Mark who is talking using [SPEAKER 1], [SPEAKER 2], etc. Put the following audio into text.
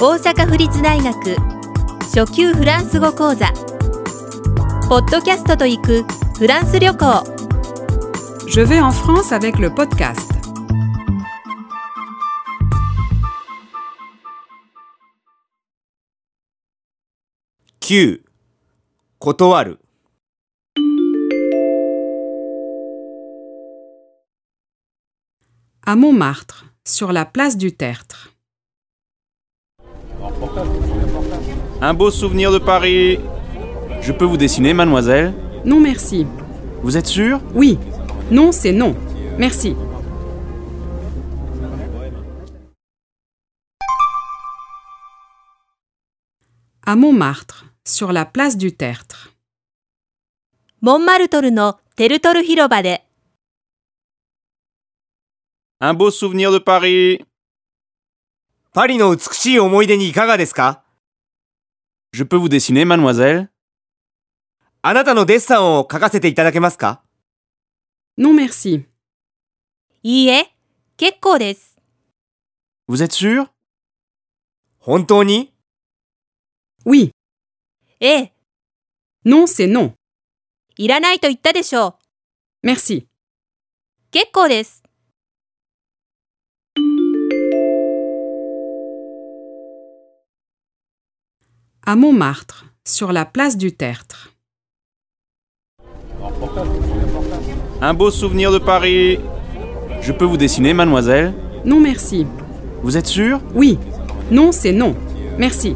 [SPEAKER 1] 大阪府立大学初級フランス語講座ポッドキャストと行くフランス旅行
[SPEAKER 2] Je vais en France avec le podcast.
[SPEAKER 3] 9断る
[SPEAKER 2] À Montmartre, sur la place du Tertre.
[SPEAKER 3] un beau souvenir de Paris je peux vous dessiner mademoiselle
[SPEAKER 2] Non merci.
[SPEAKER 3] vous êtes sûre
[SPEAKER 2] Oui. Non, c'est non. Merci. À Montmartre, sur la place du Tertre.
[SPEAKER 1] モンマルトルのテルトル広場で
[SPEAKER 3] un beau souvenir de Paris
[SPEAKER 4] パリの美しい思い出にいかがですか
[SPEAKER 3] je peux vous dessiner mademoiselle
[SPEAKER 4] あなたのデッサンを書かせていただけますか
[SPEAKER 2] Non merci.
[SPEAKER 1] いいえ結構です
[SPEAKER 3] vous êtes sûre
[SPEAKER 4] 本当に
[SPEAKER 2] Oui.
[SPEAKER 1] ええ
[SPEAKER 2] Non, c'est non.
[SPEAKER 1] いらないと言ったでしょう
[SPEAKER 2] Merci.
[SPEAKER 1] 結構です
[SPEAKER 2] À Montmartre, sur la place du Tertre.
[SPEAKER 3] un beau souvenir de Paris je peux vous dessiner mademoiselle
[SPEAKER 2] Non merci.
[SPEAKER 3] vous êtes sûre
[SPEAKER 2] Oui. Non, c'est non. Merci.